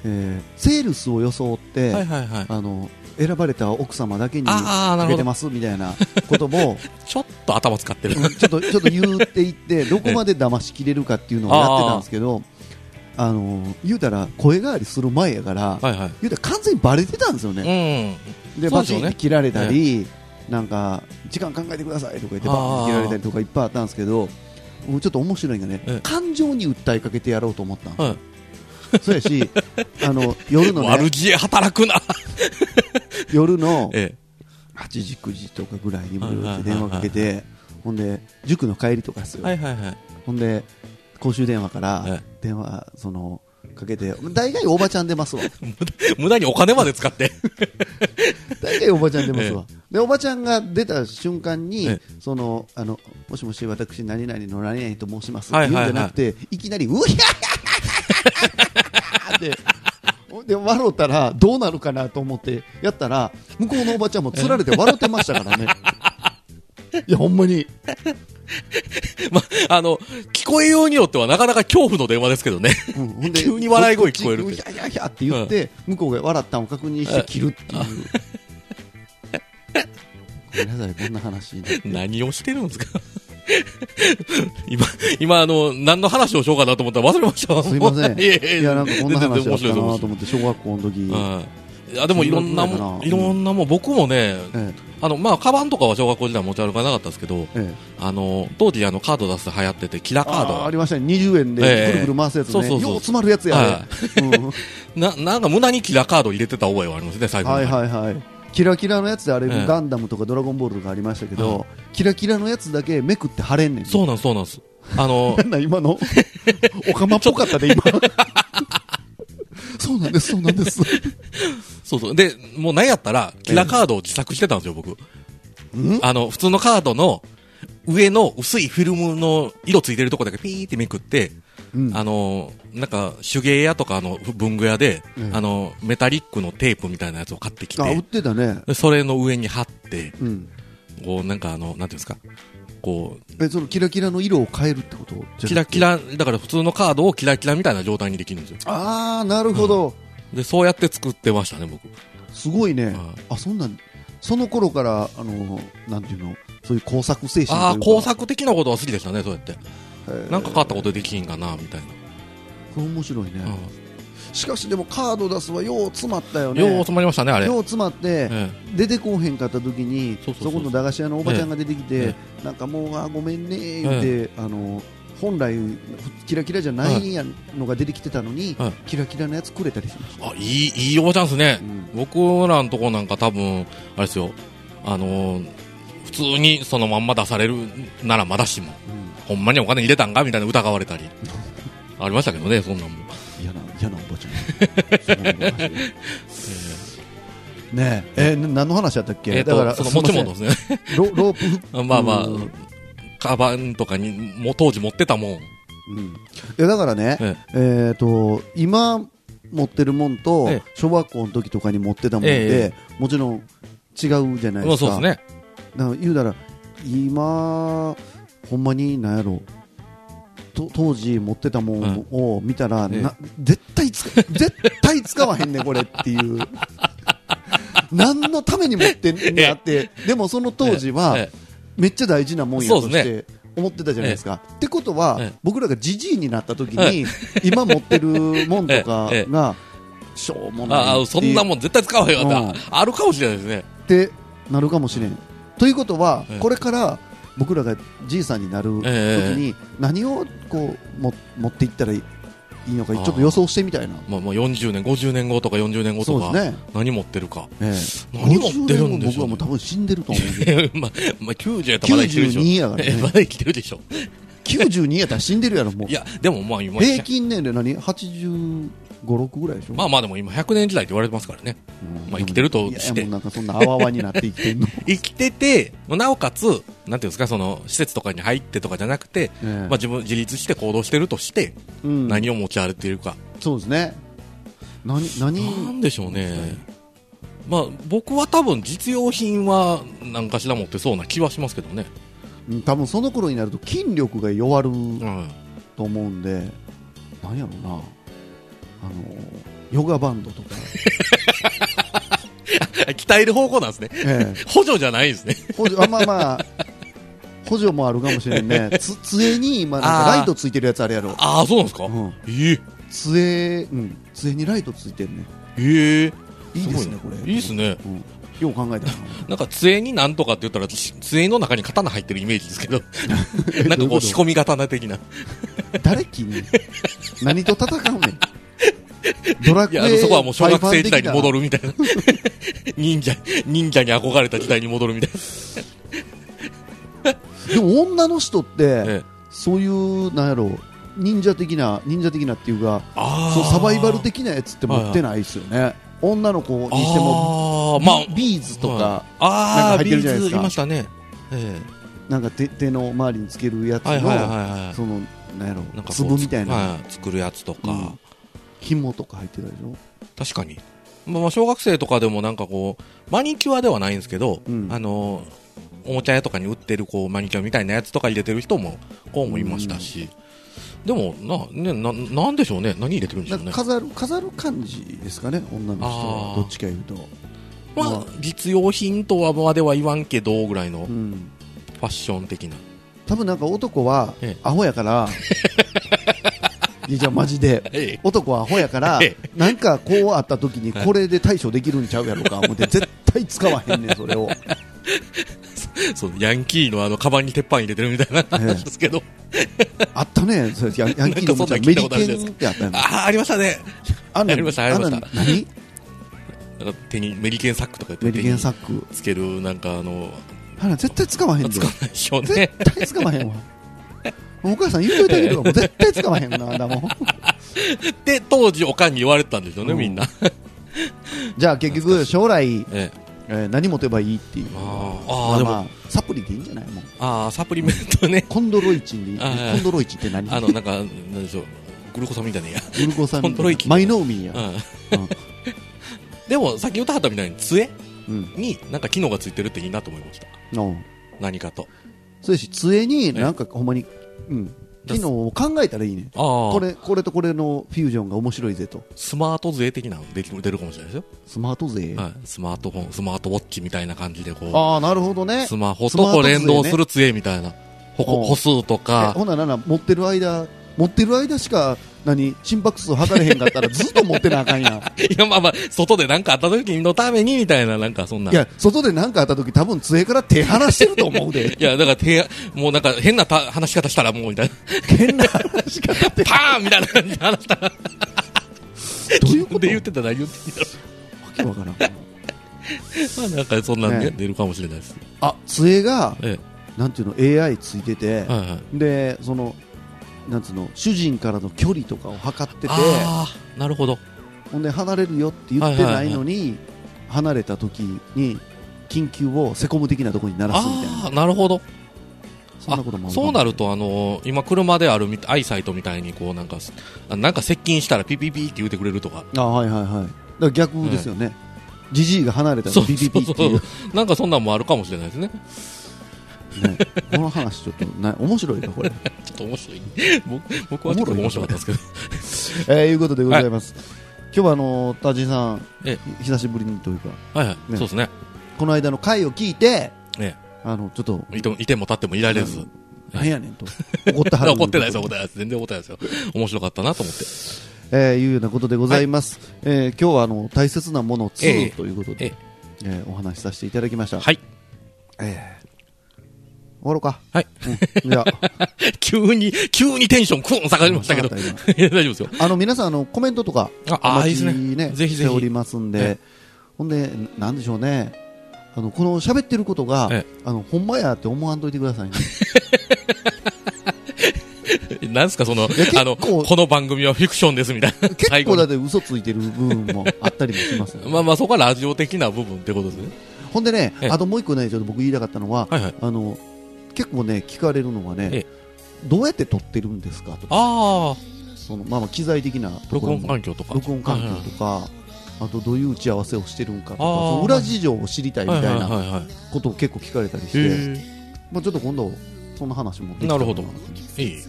[SPEAKER 3] えーセールスを装って、
[SPEAKER 2] はいはいはい
[SPEAKER 3] あの選ばれた奥様だけに
[SPEAKER 2] あーな
[SPEAKER 3] か
[SPEAKER 2] るほど
[SPEAKER 3] けてますみたいなこと
[SPEAKER 2] [laughs]
[SPEAKER 3] も
[SPEAKER 2] ちょっと頭使ってる
[SPEAKER 3] うんちょっとちょっと言っていってどこまで騙しきれるかっていうのをやってたんですけどあのー言うたら声変わりする前やから
[SPEAKER 2] はいは
[SPEAKER 3] 言うたら完全にバレてたんですよね。
[SPEAKER 2] いうん
[SPEAKER 3] で
[SPEAKER 2] そう
[SPEAKER 3] バ
[SPEAKER 2] です
[SPEAKER 3] チ
[SPEAKER 2] よね
[SPEAKER 3] ンって切られたり、なんか時間考えてくださいとか言ってバーンって切られたりとかいっぱいあったんですけどもうちょっと面白いのがね、
[SPEAKER 2] ええ
[SPEAKER 3] 感情に訴えかけてやろうと思ったん
[SPEAKER 2] [laughs]
[SPEAKER 3] ですよ、
[SPEAKER 2] はい
[SPEAKER 3] そうやしあの夜の、ね
[SPEAKER 2] 悪、知恵働くな
[SPEAKER 3] 夜の8
[SPEAKER 2] [laughs] え
[SPEAKER 3] 時9時とかぐらいにもうって電話かけてほんで塾の帰りとかです
[SPEAKER 2] え
[SPEAKER 3] よ、
[SPEAKER 2] はいはいはい
[SPEAKER 3] ほんで公衆電話か
[SPEAKER 2] え
[SPEAKER 3] ら電話そのかけて大概おばちゃん出ますわ
[SPEAKER 2] 無駄にお金まで使って [laughs]
[SPEAKER 3] 大概おばちゃん出ますわ、でおばちゃんが出た瞬間に、
[SPEAKER 2] ええ
[SPEAKER 3] そのあのもしもし私何々の何々と申しますっ
[SPEAKER 2] は
[SPEAKER 3] て
[SPEAKER 2] い
[SPEAKER 3] 言うん
[SPEAKER 2] はい
[SPEAKER 3] じ
[SPEAKER 2] はい
[SPEAKER 3] ゃなくて、いきなりうひゃってで笑ったらどうなるかなと思ってやったら向こうのおばちゃんもつられて笑ってましたから
[SPEAKER 2] [laughs]
[SPEAKER 3] ねいやほんまに
[SPEAKER 2] まあの聞こえようによってはなかなか恐怖の電話ですけどね
[SPEAKER 3] うんほん
[SPEAKER 2] [laughs] 急に笑い声聞こえる
[SPEAKER 3] こっちこっちうひゃひゃひゃって言って、向こうが笑ったのを確認して切るっていう。
[SPEAKER 2] [laughs]
[SPEAKER 3] ごめんなさい、こんな話になって。
[SPEAKER 2] 何をしてるんですか [laughs] 今、今、あの、何の話をしようかなと思ったら忘れました。
[SPEAKER 3] すいません。
[SPEAKER 2] [laughs] いえいえ
[SPEAKER 3] いや、なんかこんな
[SPEAKER 2] 全
[SPEAKER 3] 話
[SPEAKER 2] 然
[SPEAKER 3] だ
[SPEAKER 2] 面
[SPEAKER 3] った
[SPEAKER 2] 白い
[SPEAKER 3] な
[SPEAKER 2] です面
[SPEAKER 3] と
[SPEAKER 2] 白い
[SPEAKER 3] 思って、小学校の時。
[SPEAKER 2] はい。いや、でもいろんな
[SPEAKER 3] そんなもん
[SPEAKER 2] もん、
[SPEAKER 3] かない
[SPEAKER 2] ろんなもん、僕もね、
[SPEAKER 3] え
[SPEAKER 2] あの、まあ、カバンとかは小学校時代持ち歩かなかったですけど、
[SPEAKER 3] えええ
[SPEAKER 2] あの、当時、あの、カード出す流行ってて、キラカ
[SPEAKER 3] あーあ
[SPEAKER 2] ー
[SPEAKER 3] りましたね。20円
[SPEAKER 2] え
[SPEAKER 3] で
[SPEAKER 2] え
[SPEAKER 3] ぐるぐる回すやつ
[SPEAKER 2] そう
[SPEAKER 3] ね。よ
[SPEAKER 2] そう
[SPEAKER 3] う
[SPEAKER 2] そう
[SPEAKER 3] 詰まるやつやね。うん
[SPEAKER 2] ド。な、なんか無駄にキラカード入れてた覚えはありますね、最後
[SPEAKER 3] はい
[SPEAKER 2] に。
[SPEAKER 3] はいはい。キラキラのやつであれ、
[SPEAKER 2] ええ
[SPEAKER 3] ガンダムとかドラゴンボールとかありましたけど、キラキラのやつだけめくって貼れんねん。
[SPEAKER 2] そうなんです、そうなんです。あの
[SPEAKER 3] [laughs] な、んだ今のおかまっぽかったね、今。そうなんです、そうなんです。
[SPEAKER 2] そうそう。で、もう何やったら、キラカードを自作してたんですよ、僕。
[SPEAKER 3] ん
[SPEAKER 2] あの、普通のカードの上の薄いフィルムの色ついてるとこだけピーってめくって、
[SPEAKER 3] うん
[SPEAKER 2] あの、なんか手芸屋とかあの文具屋で、
[SPEAKER 3] うん
[SPEAKER 2] あの、メタリックのテープみたいなやつを買ってき、
[SPEAKER 3] あ、売っててたね。
[SPEAKER 2] でそれの上に貼って、
[SPEAKER 3] うん。
[SPEAKER 2] こうなんかあの、なんていうんですか、こう、
[SPEAKER 3] え、そのキラキラの色を変えるってこと
[SPEAKER 2] キラキ
[SPEAKER 3] ラ。
[SPEAKER 2] ラ、だから普通のカードをキラキラみたいな状態にできるんですよ。
[SPEAKER 3] あー、なるほど。
[SPEAKER 2] で、そうやって作ってましたね、僕。
[SPEAKER 3] すごいね、
[SPEAKER 2] は
[SPEAKER 3] あそんなんその頃からあのなんていうのそういう工作精神というか
[SPEAKER 2] ああ、工作的なことは好きでしたね、そうやって。
[SPEAKER 3] へー
[SPEAKER 2] なんか買ったことできひんかな、みたい
[SPEAKER 3] これ面白いね、
[SPEAKER 2] な。うん
[SPEAKER 3] しかしでもカード出すはよう詰まったよね
[SPEAKER 2] よう詰まりましたね、あれ。
[SPEAKER 3] よう詰まって、
[SPEAKER 2] え
[SPEAKER 3] 出てこうへんかった時に
[SPEAKER 2] そうそうそう
[SPEAKER 3] この駄菓子屋のおばちゃんが出てきて、
[SPEAKER 2] え
[SPEAKER 3] なんかもうあーごめんね言って、あの本来キラキラじゃないやのが出てきてたのに、
[SPEAKER 2] はい
[SPEAKER 3] キラキラのやつくれたりしました、
[SPEAKER 2] あ、いい、いいおばちゃんですね
[SPEAKER 3] う。ん
[SPEAKER 2] 僕らのとこなんか多分、あれですよ。あのー普通にそのまんま出されるならまだしも、
[SPEAKER 3] うん
[SPEAKER 2] ほんまにお金入れたんかみたいな疑われた
[SPEAKER 3] [laughs]
[SPEAKER 2] り。ありましたけどね、そんなんも。
[SPEAKER 3] 嫌な嫌なおばちゃ
[SPEAKER 2] [laughs]
[SPEAKER 3] んそんなのおかしいねええーな何の話やったっけ、
[SPEAKER 2] えっ、
[SPEAKER 3] だから
[SPEAKER 2] と、その持ち物ですね。
[SPEAKER 3] ロ
[SPEAKER 2] [laughs]
[SPEAKER 3] ロープフック
[SPEAKER 2] まあまあ
[SPEAKER 3] うん、
[SPEAKER 2] カバンとかに、もう当時持ってたもん。
[SPEAKER 3] うんいやだからね、
[SPEAKER 2] え
[SPEAKER 3] えー、と今持ってるもんと、
[SPEAKER 2] ええ
[SPEAKER 3] 小学校の時とかに持ってたもんで、もちろん違うじゃない
[SPEAKER 2] ま
[SPEAKER 3] で
[SPEAKER 2] あ
[SPEAKER 3] す
[SPEAKER 2] そ
[SPEAKER 3] か,、
[SPEAKER 2] うですね。
[SPEAKER 3] だから言うたら今ほんまに何やろと当時持ってたもんを見たら、
[SPEAKER 2] ええ
[SPEAKER 3] な絶対使 [laughs] 絶対使わへんねこれって
[SPEAKER 2] [laughs]
[SPEAKER 3] いう何のために持ってんねやってでもその当時は
[SPEAKER 2] え
[SPEAKER 3] めっちゃ大事なもんやと
[SPEAKER 2] そう
[SPEAKER 3] し
[SPEAKER 2] です
[SPEAKER 3] て思ってたじゃないですか。ってことは、
[SPEAKER 2] ええ
[SPEAKER 3] 僕らがじじいになった時に、今持ってるもんとか
[SPEAKER 2] ええ
[SPEAKER 3] がしょうもない
[SPEAKER 2] ああ、そんなもん絶対使わへんか
[SPEAKER 3] う
[SPEAKER 2] っ
[SPEAKER 3] ん
[SPEAKER 2] た。あるかもしれないですね。
[SPEAKER 3] ってなるかもしれん。ということは、
[SPEAKER 2] ええ
[SPEAKER 3] これから僕らがじいさんになる時に何をこうも持っていったらいいのかち
[SPEAKER 2] あ
[SPEAKER 3] ょ
[SPEAKER 2] あ
[SPEAKER 3] っと予想してみたいな。
[SPEAKER 2] まあまあ40年、50年後とか40年後
[SPEAKER 3] そ
[SPEAKER 2] と
[SPEAKER 3] うです
[SPEAKER 2] か、
[SPEAKER 3] ね。
[SPEAKER 2] 何持ってるか。 [laughs]
[SPEAKER 3] ええ
[SPEAKER 2] 何持ってるん
[SPEAKER 3] 50年
[SPEAKER 2] で
[SPEAKER 3] 後
[SPEAKER 2] し
[SPEAKER 3] 僕
[SPEAKER 2] ょう
[SPEAKER 3] は
[SPEAKER 2] ね
[SPEAKER 3] もう多分死んでると思うんで。
[SPEAKER 2] まあ、まあ90やったらまだ生きてるでし
[SPEAKER 3] 92
[SPEAKER 2] ょ。
[SPEAKER 3] やから
[SPEAKER 2] え [laughs] ま
[SPEAKER 3] ね。
[SPEAKER 2] だ生きてるでしょ。
[SPEAKER 3] 92やったら死んでるやろ、もう
[SPEAKER 2] い。や、でもまあ今、
[SPEAKER 3] 平均年齢何 ?85、6ぐらいでしょ
[SPEAKER 2] まあまあでも今100年時代って言われてますからね。
[SPEAKER 3] うん
[SPEAKER 2] まあ生きてるとして
[SPEAKER 3] いやもうなんかそんなあわあわになって生きてん
[SPEAKER 2] [laughs]
[SPEAKER 3] の。
[SPEAKER 2] 生きてて、なおかつ、なんていうんですか、その、施設とかに入ってとかじゃなくて、
[SPEAKER 3] ええ
[SPEAKER 2] まあ自分、自立して行動してるとして、
[SPEAKER 3] うん
[SPEAKER 2] 何を持ち歩いているか。
[SPEAKER 3] そうですね。何、
[SPEAKER 2] な
[SPEAKER 3] 何
[SPEAKER 2] んでしょうね。まあ僕は多分実用品は何かしら持ってそうな気はしますけどね。
[SPEAKER 3] うん多分その頃になると筋力が弱る
[SPEAKER 2] うん。
[SPEAKER 3] と思うんで、なんやろうな、あの、ヨガバンドとか、
[SPEAKER 2] [laughs] 鍛える方向なんですね。 [laughs]
[SPEAKER 3] え
[SPEAKER 2] 補助じゃないんですね。
[SPEAKER 3] え補助、あまあまあ、補助もあるかもしれん
[SPEAKER 2] [laughs]
[SPEAKER 3] ね。つ、杖に今なん
[SPEAKER 2] あ
[SPEAKER 3] か
[SPEAKER 2] ー
[SPEAKER 3] ライトついてるやつあるやろ。
[SPEAKER 2] [laughs] ああ、そうなんですか、
[SPEAKER 3] うん
[SPEAKER 2] ええ
[SPEAKER 3] 杖、うん、杖にライトついてるね。
[SPEAKER 2] ええ
[SPEAKER 3] いいですね、
[SPEAKER 2] ご
[SPEAKER 3] こ
[SPEAKER 2] な
[SPEAKER 3] れ。
[SPEAKER 2] いいですね。
[SPEAKER 3] うん。よう考えたな。
[SPEAKER 2] なんか杖になんとかって言ったら、し杖の中に刀入ってるイメージですけ [laughs] ど、なんか
[SPEAKER 3] どういう
[SPEAKER 2] こ
[SPEAKER 3] こ
[SPEAKER 2] う
[SPEAKER 3] と
[SPEAKER 2] 仕込み刀的な。
[SPEAKER 3] 誰君何と戦うねん。ドラ
[SPEAKER 2] い
[SPEAKER 3] ク
[SPEAKER 2] や、あの
[SPEAKER 3] エ
[SPEAKER 2] そこはもう小学生時代に戻
[SPEAKER 3] る。
[SPEAKER 2] るみ [laughs] たいな。 [laughs] 忍者、忍者に憧れた時代に戻るみたいな。
[SPEAKER 3] でも女の人って、
[SPEAKER 2] [laughs] ええ
[SPEAKER 3] そういう、なんやろう、忍者的な、忍者的なっていうか、
[SPEAKER 2] あ
[SPEAKER 3] そうサバイバル的なやつって持ってないですよね、女の子にしても
[SPEAKER 2] あーまあ、
[SPEAKER 3] ビーズとか、
[SPEAKER 2] あ
[SPEAKER 3] なんか
[SPEAKER 2] あ、
[SPEAKER 3] 入っ
[SPEAKER 2] ビ
[SPEAKER 3] てるじゃな
[SPEAKER 2] ー
[SPEAKER 3] いで
[SPEAKER 2] ズ
[SPEAKER 3] す
[SPEAKER 2] い
[SPEAKER 3] か
[SPEAKER 2] ましたね。え
[SPEAKER 3] なんか手手の周りにつけるやつ
[SPEAKER 2] えはいはいはい
[SPEAKER 3] の、
[SPEAKER 2] はい。
[SPEAKER 3] そのなんやろ
[SPEAKER 2] なんかこう
[SPEAKER 3] 粒みたいな、
[SPEAKER 2] は作るやつとか、
[SPEAKER 3] うん紐とか入ってたでしょ、
[SPEAKER 2] 確かに、まあ、まあ小学生とかでもなんかこうマニキュアではないんですけど、
[SPEAKER 3] うん
[SPEAKER 2] あのおもちゃ屋とかに売ってるこうマニキュアみたいなやつとか入れてる人もこうもいましたし、でもな,、ね、ななんでしょうね何入れてるんでしょ
[SPEAKER 3] な
[SPEAKER 2] うんね
[SPEAKER 3] か、飾る飾る感じですかね、女の人
[SPEAKER 2] あー
[SPEAKER 3] は、どっちかいうと、
[SPEAKER 2] ま
[SPEAKER 3] ま
[SPEAKER 2] あ
[SPEAKER 3] あ、
[SPEAKER 2] 実用品とはまでは言わんけどぐらいの
[SPEAKER 3] う
[SPEAKER 2] フ
[SPEAKER 3] ん、
[SPEAKER 2] ァッション的な、
[SPEAKER 3] 多分なんか男は
[SPEAKER 2] ええ
[SPEAKER 3] アホや
[SPEAKER 2] [laughs]
[SPEAKER 3] から、いやじゃあ、マジで。
[SPEAKER 2] ええ
[SPEAKER 3] 男はアホやから
[SPEAKER 2] え、
[SPEAKER 3] なんかこうあった時にこれで対処できるんちゃうやろか思って
[SPEAKER 2] [laughs]
[SPEAKER 3] 絶対使わへんねん、それを。
[SPEAKER 2] [laughs] そうヤンキーのあのカバンに鉄板入れてるみたいな話ですけど、
[SPEAKER 3] あったね、そうやヤンヤンキーのおもちゃ
[SPEAKER 2] なんかそんなん聞
[SPEAKER 3] メ
[SPEAKER 2] い
[SPEAKER 3] リ
[SPEAKER 2] たことあるじ
[SPEAKER 3] ケ
[SPEAKER 2] ゃないです
[SPEAKER 3] ンってあったよね。
[SPEAKER 2] ああありましたね
[SPEAKER 3] あん
[SPEAKER 2] ありましたありました
[SPEAKER 3] んなん何
[SPEAKER 2] なんか手にメリケンサックとか言
[SPEAKER 3] メ
[SPEAKER 2] って
[SPEAKER 3] リ
[SPEAKER 2] 手
[SPEAKER 3] ケ
[SPEAKER 2] に
[SPEAKER 3] ンサック。
[SPEAKER 2] つけるなんかあの
[SPEAKER 3] あら、絶対使わへん
[SPEAKER 2] つ
[SPEAKER 3] ぞ
[SPEAKER 2] か。ないでしょうね
[SPEAKER 3] 絶対使わへんわ。お母さん言うといてあげるわ。もう絶対使わへんな、あんなもん。
[SPEAKER 2] で当時おかんに言われてたんですよね、
[SPEAKER 3] うん
[SPEAKER 2] みんな、
[SPEAKER 3] じゃあ結局、将来、
[SPEAKER 2] ええ、
[SPEAKER 3] えー何持てばいいっていう。
[SPEAKER 2] あー
[SPEAKER 3] ま
[SPEAKER 2] あー
[SPEAKER 3] あ
[SPEAKER 2] でも
[SPEAKER 3] まあ、サプリでいいんじゃないもう
[SPEAKER 2] ああサプリメントね
[SPEAKER 3] コンドロイチンでいい。
[SPEAKER 2] あー
[SPEAKER 3] コンドロイチンって何
[SPEAKER 2] あのなんかなんでしょうグルコサミンじゃねえや、
[SPEAKER 3] グルコサミ
[SPEAKER 2] コンドロイチン
[SPEAKER 3] マイノーミンや。
[SPEAKER 2] う
[SPEAKER 3] うん
[SPEAKER 2] ん、でもさっき言ったはったみたいに杖
[SPEAKER 3] うん。
[SPEAKER 2] になんか機能がついてるっていいなと思いました
[SPEAKER 3] うん
[SPEAKER 2] 何かと
[SPEAKER 3] そうやし、杖になんかほんまに、うん。機能を考えたらいいね。
[SPEAKER 2] ああ
[SPEAKER 3] これ、これとこれのフュージョンが面白いぜと。
[SPEAKER 2] スマート杖的なのでき出るかもしれないですよ、
[SPEAKER 3] スマート勢。
[SPEAKER 2] はい、スマートフォンスマートウォッチみたいな感じでこ
[SPEAKER 3] ああ、なるほど
[SPEAKER 2] う
[SPEAKER 3] ね
[SPEAKER 2] ス。マホとこう連動する杖みたいな、ほこ
[SPEAKER 3] うん
[SPEAKER 2] 歩数と
[SPEAKER 3] え
[SPEAKER 2] か
[SPEAKER 3] ほななら、持ってる間、持ってる間しか、何、心拍数測れへんかった
[SPEAKER 2] [laughs]
[SPEAKER 3] らずっと持ってなあかんやん。
[SPEAKER 2] いやまあまあ外でなんかあった時のためにみたいななんかそんない
[SPEAKER 3] や、外で何かあった時多分杖から手離してると思うで
[SPEAKER 2] [laughs] 。いやだから手もうなんか変なた話し方したらもうみたいな
[SPEAKER 3] 変な話 [laughs] かって。
[SPEAKER 2] パーンみたいな感じで話したら
[SPEAKER 3] どういうこと
[SPEAKER 2] で言ってたら言ってたら
[SPEAKER 3] わけわからん。
[SPEAKER 2] まあなんかそんなんね
[SPEAKER 3] ね
[SPEAKER 2] 出るかもしれないです
[SPEAKER 3] あ、杖が、
[SPEAKER 2] え
[SPEAKER 3] なんていうの、AI ついてて
[SPEAKER 2] え、はいはい
[SPEAKER 3] で、その、なんつうの、主人からの距離とかを測ってて、
[SPEAKER 2] ああなるほど
[SPEAKER 3] ほんで離れるよって言ってないのに、離れた時に緊急をセコム的なところに鳴らすみたい
[SPEAKER 2] あ
[SPEAKER 3] な
[SPEAKER 2] あなるほど
[SPEAKER 3] そんなこともあ
[SPEAKER 2] あ
[SPEAKER 3] る
[SPEAKER 2] そうな
[SPEAKER 3] る
[SPEAKER 2] るとあのー今車であるみアイサイトみたいにこうなんかすあなんか接近したらピピピって言うてくれるとか
[SPEAKER 3] あはいはいはいだから逆ですよねジジイが離れた
[SPEAKER 2] そ
[SPEAKER 3] ら
[SPEAKER 2] う
[SPEAKER 3] ビビビって
[SPEAKER 2] そう
[SPEAKER 3] い
[SPEAKER 2] そううなんかそんなんもあるかもしれないですね
[SPEAKER 3] ね、この話ちょっとな面白いかこ
[SPEAKER 2] [laughs]
[SPEAKER 3] れ、
[SPEAKER 2] ちょっと面白い。僕僕はちょっと面白かったんですけど。
[SPEAKER 3] えー、いうことでございます、今日はあのー、田地さん
[SPEAKER 2] え
[SPEAKER 3] 久しぶりにというか
[SPEAKER 2] はいはい。そう
[SPEAKER 3] ね
[SPEAKER 2] ですね。
[SPEAKER 3] この間の回を聞いて
[SPEAKER 2] え
[SPEAKER 3] あのちょっと
[SPEAKER 2] え。いてもいても立ってもいられず。
[SPEAKER 3] なんやねんと怒ってはる
[SPEAKER 2] [laughs] 怒ってないです、怒ってないです。全然怒ってないですよ。面白かったなと思って。
[SPEAKER 3] えーいうようなことでございます、えー今日はあの大切なもの
[SPEAKER 2] ええ
[SPEAKER 3] 2ということで、
[SPEAKER 2] え
[SPEAKER 3] えーお話しさせていただきました、
[SPEAKER 2] はい。
[SPEAKER 3] えー終わろうか、
[SPEAKER 2] はい。
[SPEAKER 3] うん、いや [laughs]
[SPEAKER 2] 急に、急にテンションクーン下がりましたけど。
[SPEAKER 3] うん
[SPEAKER 2] [laughs] い
[SPEAKER 3] 下がっ
[SPEAKER 2] や、大丈夫ですよ。
[SPEAKER 3] あの皆さんあのコメントとか
[SPEAKER 2] あ
[SPEAKER 3] お
[SPEAKER 2] あーい
[SPEAKER 3] 待
[SPEAKER 2] い
[SPEAKER 3] ち
[SPEAKER 2] ですね
[SPEAKER 3] ね
[SPEAKER 2] ぜひぜひ
[SPEAKER 3] しておりますんで、
[SPEAKER 2] え
[SPEAKER 3] ほんでななんでしょうねあのこの喋ってることが、
[SPEAKER 2] え
[SPEAKER 3] あのほんまやって思わんといてくださいね
[SPEAKER 2] [laughs] なんすか、その、
[SPEAKER 3] いや結構
[SPEAKER 2] あの、この番組はフィクションですみたいな。
[SPEAKER 3] 結
[SPEAKER 2] 最
[SPEAKER 3] 構
[SPEAKER 2] 後
[SPEAKER 3] だっ
[SPEAKER 2] に。
[SPEAKER 3] て嘘ついてる部分もあったりもします、
[SPEAKER 2] [laughs] まあまあ、そこはラジオ的な部分ってことですね。
[SPEAKER 3] ほんでね、
[SPEAKER 2] ええ
[SPEAKER 3] あともう一個ね、ちょっと僕言いたかったのは、
[SPEAKER 2] はいはい
[SPEAKER 3] あの結構ね、聞かれるのはね、
[SPEAKER 2] ええ
[SPEAKER 3] どうやって撮ってるんですかとか、
[SPEAKER 2] ああ、
[SPEAKER 3] そのまあまあ機材的なとこ
[SPEAKER 2] 録
[SPEAKER 3] ろ
[SPEAKER 2] 音
[SPEAKER 3] も
[SPEAKER 2] 環境とか。
[SPEAKER 3] 録音環
[SPEAKER 2] はいはい
[SPEAKER 3] 境とか、あとどういう打ち合わせをしてるんかとか、
[SPEAKER 2] あー
[SPEAKER 3] その裏事情を知りたいみたい
[SPEAKER 2] は
[SPEAKER 3] な
[SPEAKER 2] ははいは
[SPEAKER 3] ことを結構聞かれたりし
[SPEAKER 2] い。
[SPEAKER 3] て、まあ、ちょっと今度、そんな話もできた
[SPEAKER 2] な
[SPEAKER 3] ら
[SPEAKER 2] るほど
[SPEAKER 3] も。
[SPEAKER 2] いい。
[SPEAKER 3] う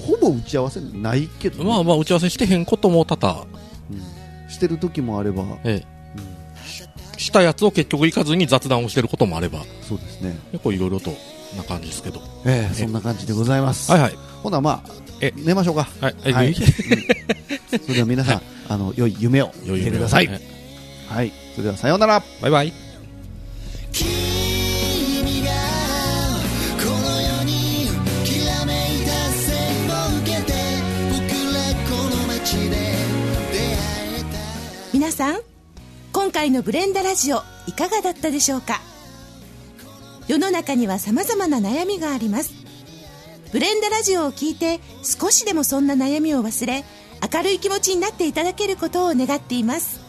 [SPEAKER 3] ほぼ打ち合わせないけどね、
[SPEAKER 2] まあまあ、打ち合わせしてへんことも多々、
[SPEAKER 3] うんしてる時もあれば、
[SPEAKER 2] ええ、したやつを結局行かずに雑談をしてることもあれば、
[SPEAKER 3] そうですね、
[SPEAKER 2] 結構いろいろとな感じですけど。
[SPEAKER 3] ええそんな感じでございます。
[SPEAKER 2] はいはい。
[SPEAKER 3] ほなまあ
[SPEAKER 2] え
[SPEAKER 3] 寝ましょうか。
[SPEAKER 2] はいえ
[SPEAKER 3] はい
[SPEAKER 2] [laughs] いい
[SPEAKER 3] うんそれでは皆さん、あの良い夢を
[SPEAKER 2] 余
[SPEAKER 3] 見
[SPEAKER 2] 裕
[SPEAKER 3] て
[SPEAKER 2] で
[SPEAKER 3] ください。
[SPEAKER 2] はい
[SPEAKER 3] はい、それではさようなら。
[SPEAKER 2] バイバイ。
[SPEAKER 1] 君がこの世にきらめいた線を受けて僕らこの街で出会えた
[SPEAKER 4] 皆さん今回の「ブレンダラジオ」いかがだったでしょうか世の中には様々な悩みがありますブレンダラジオを聞いて少しでもそんな悩みを忘れ明るい気持ちになっていただけることを願っています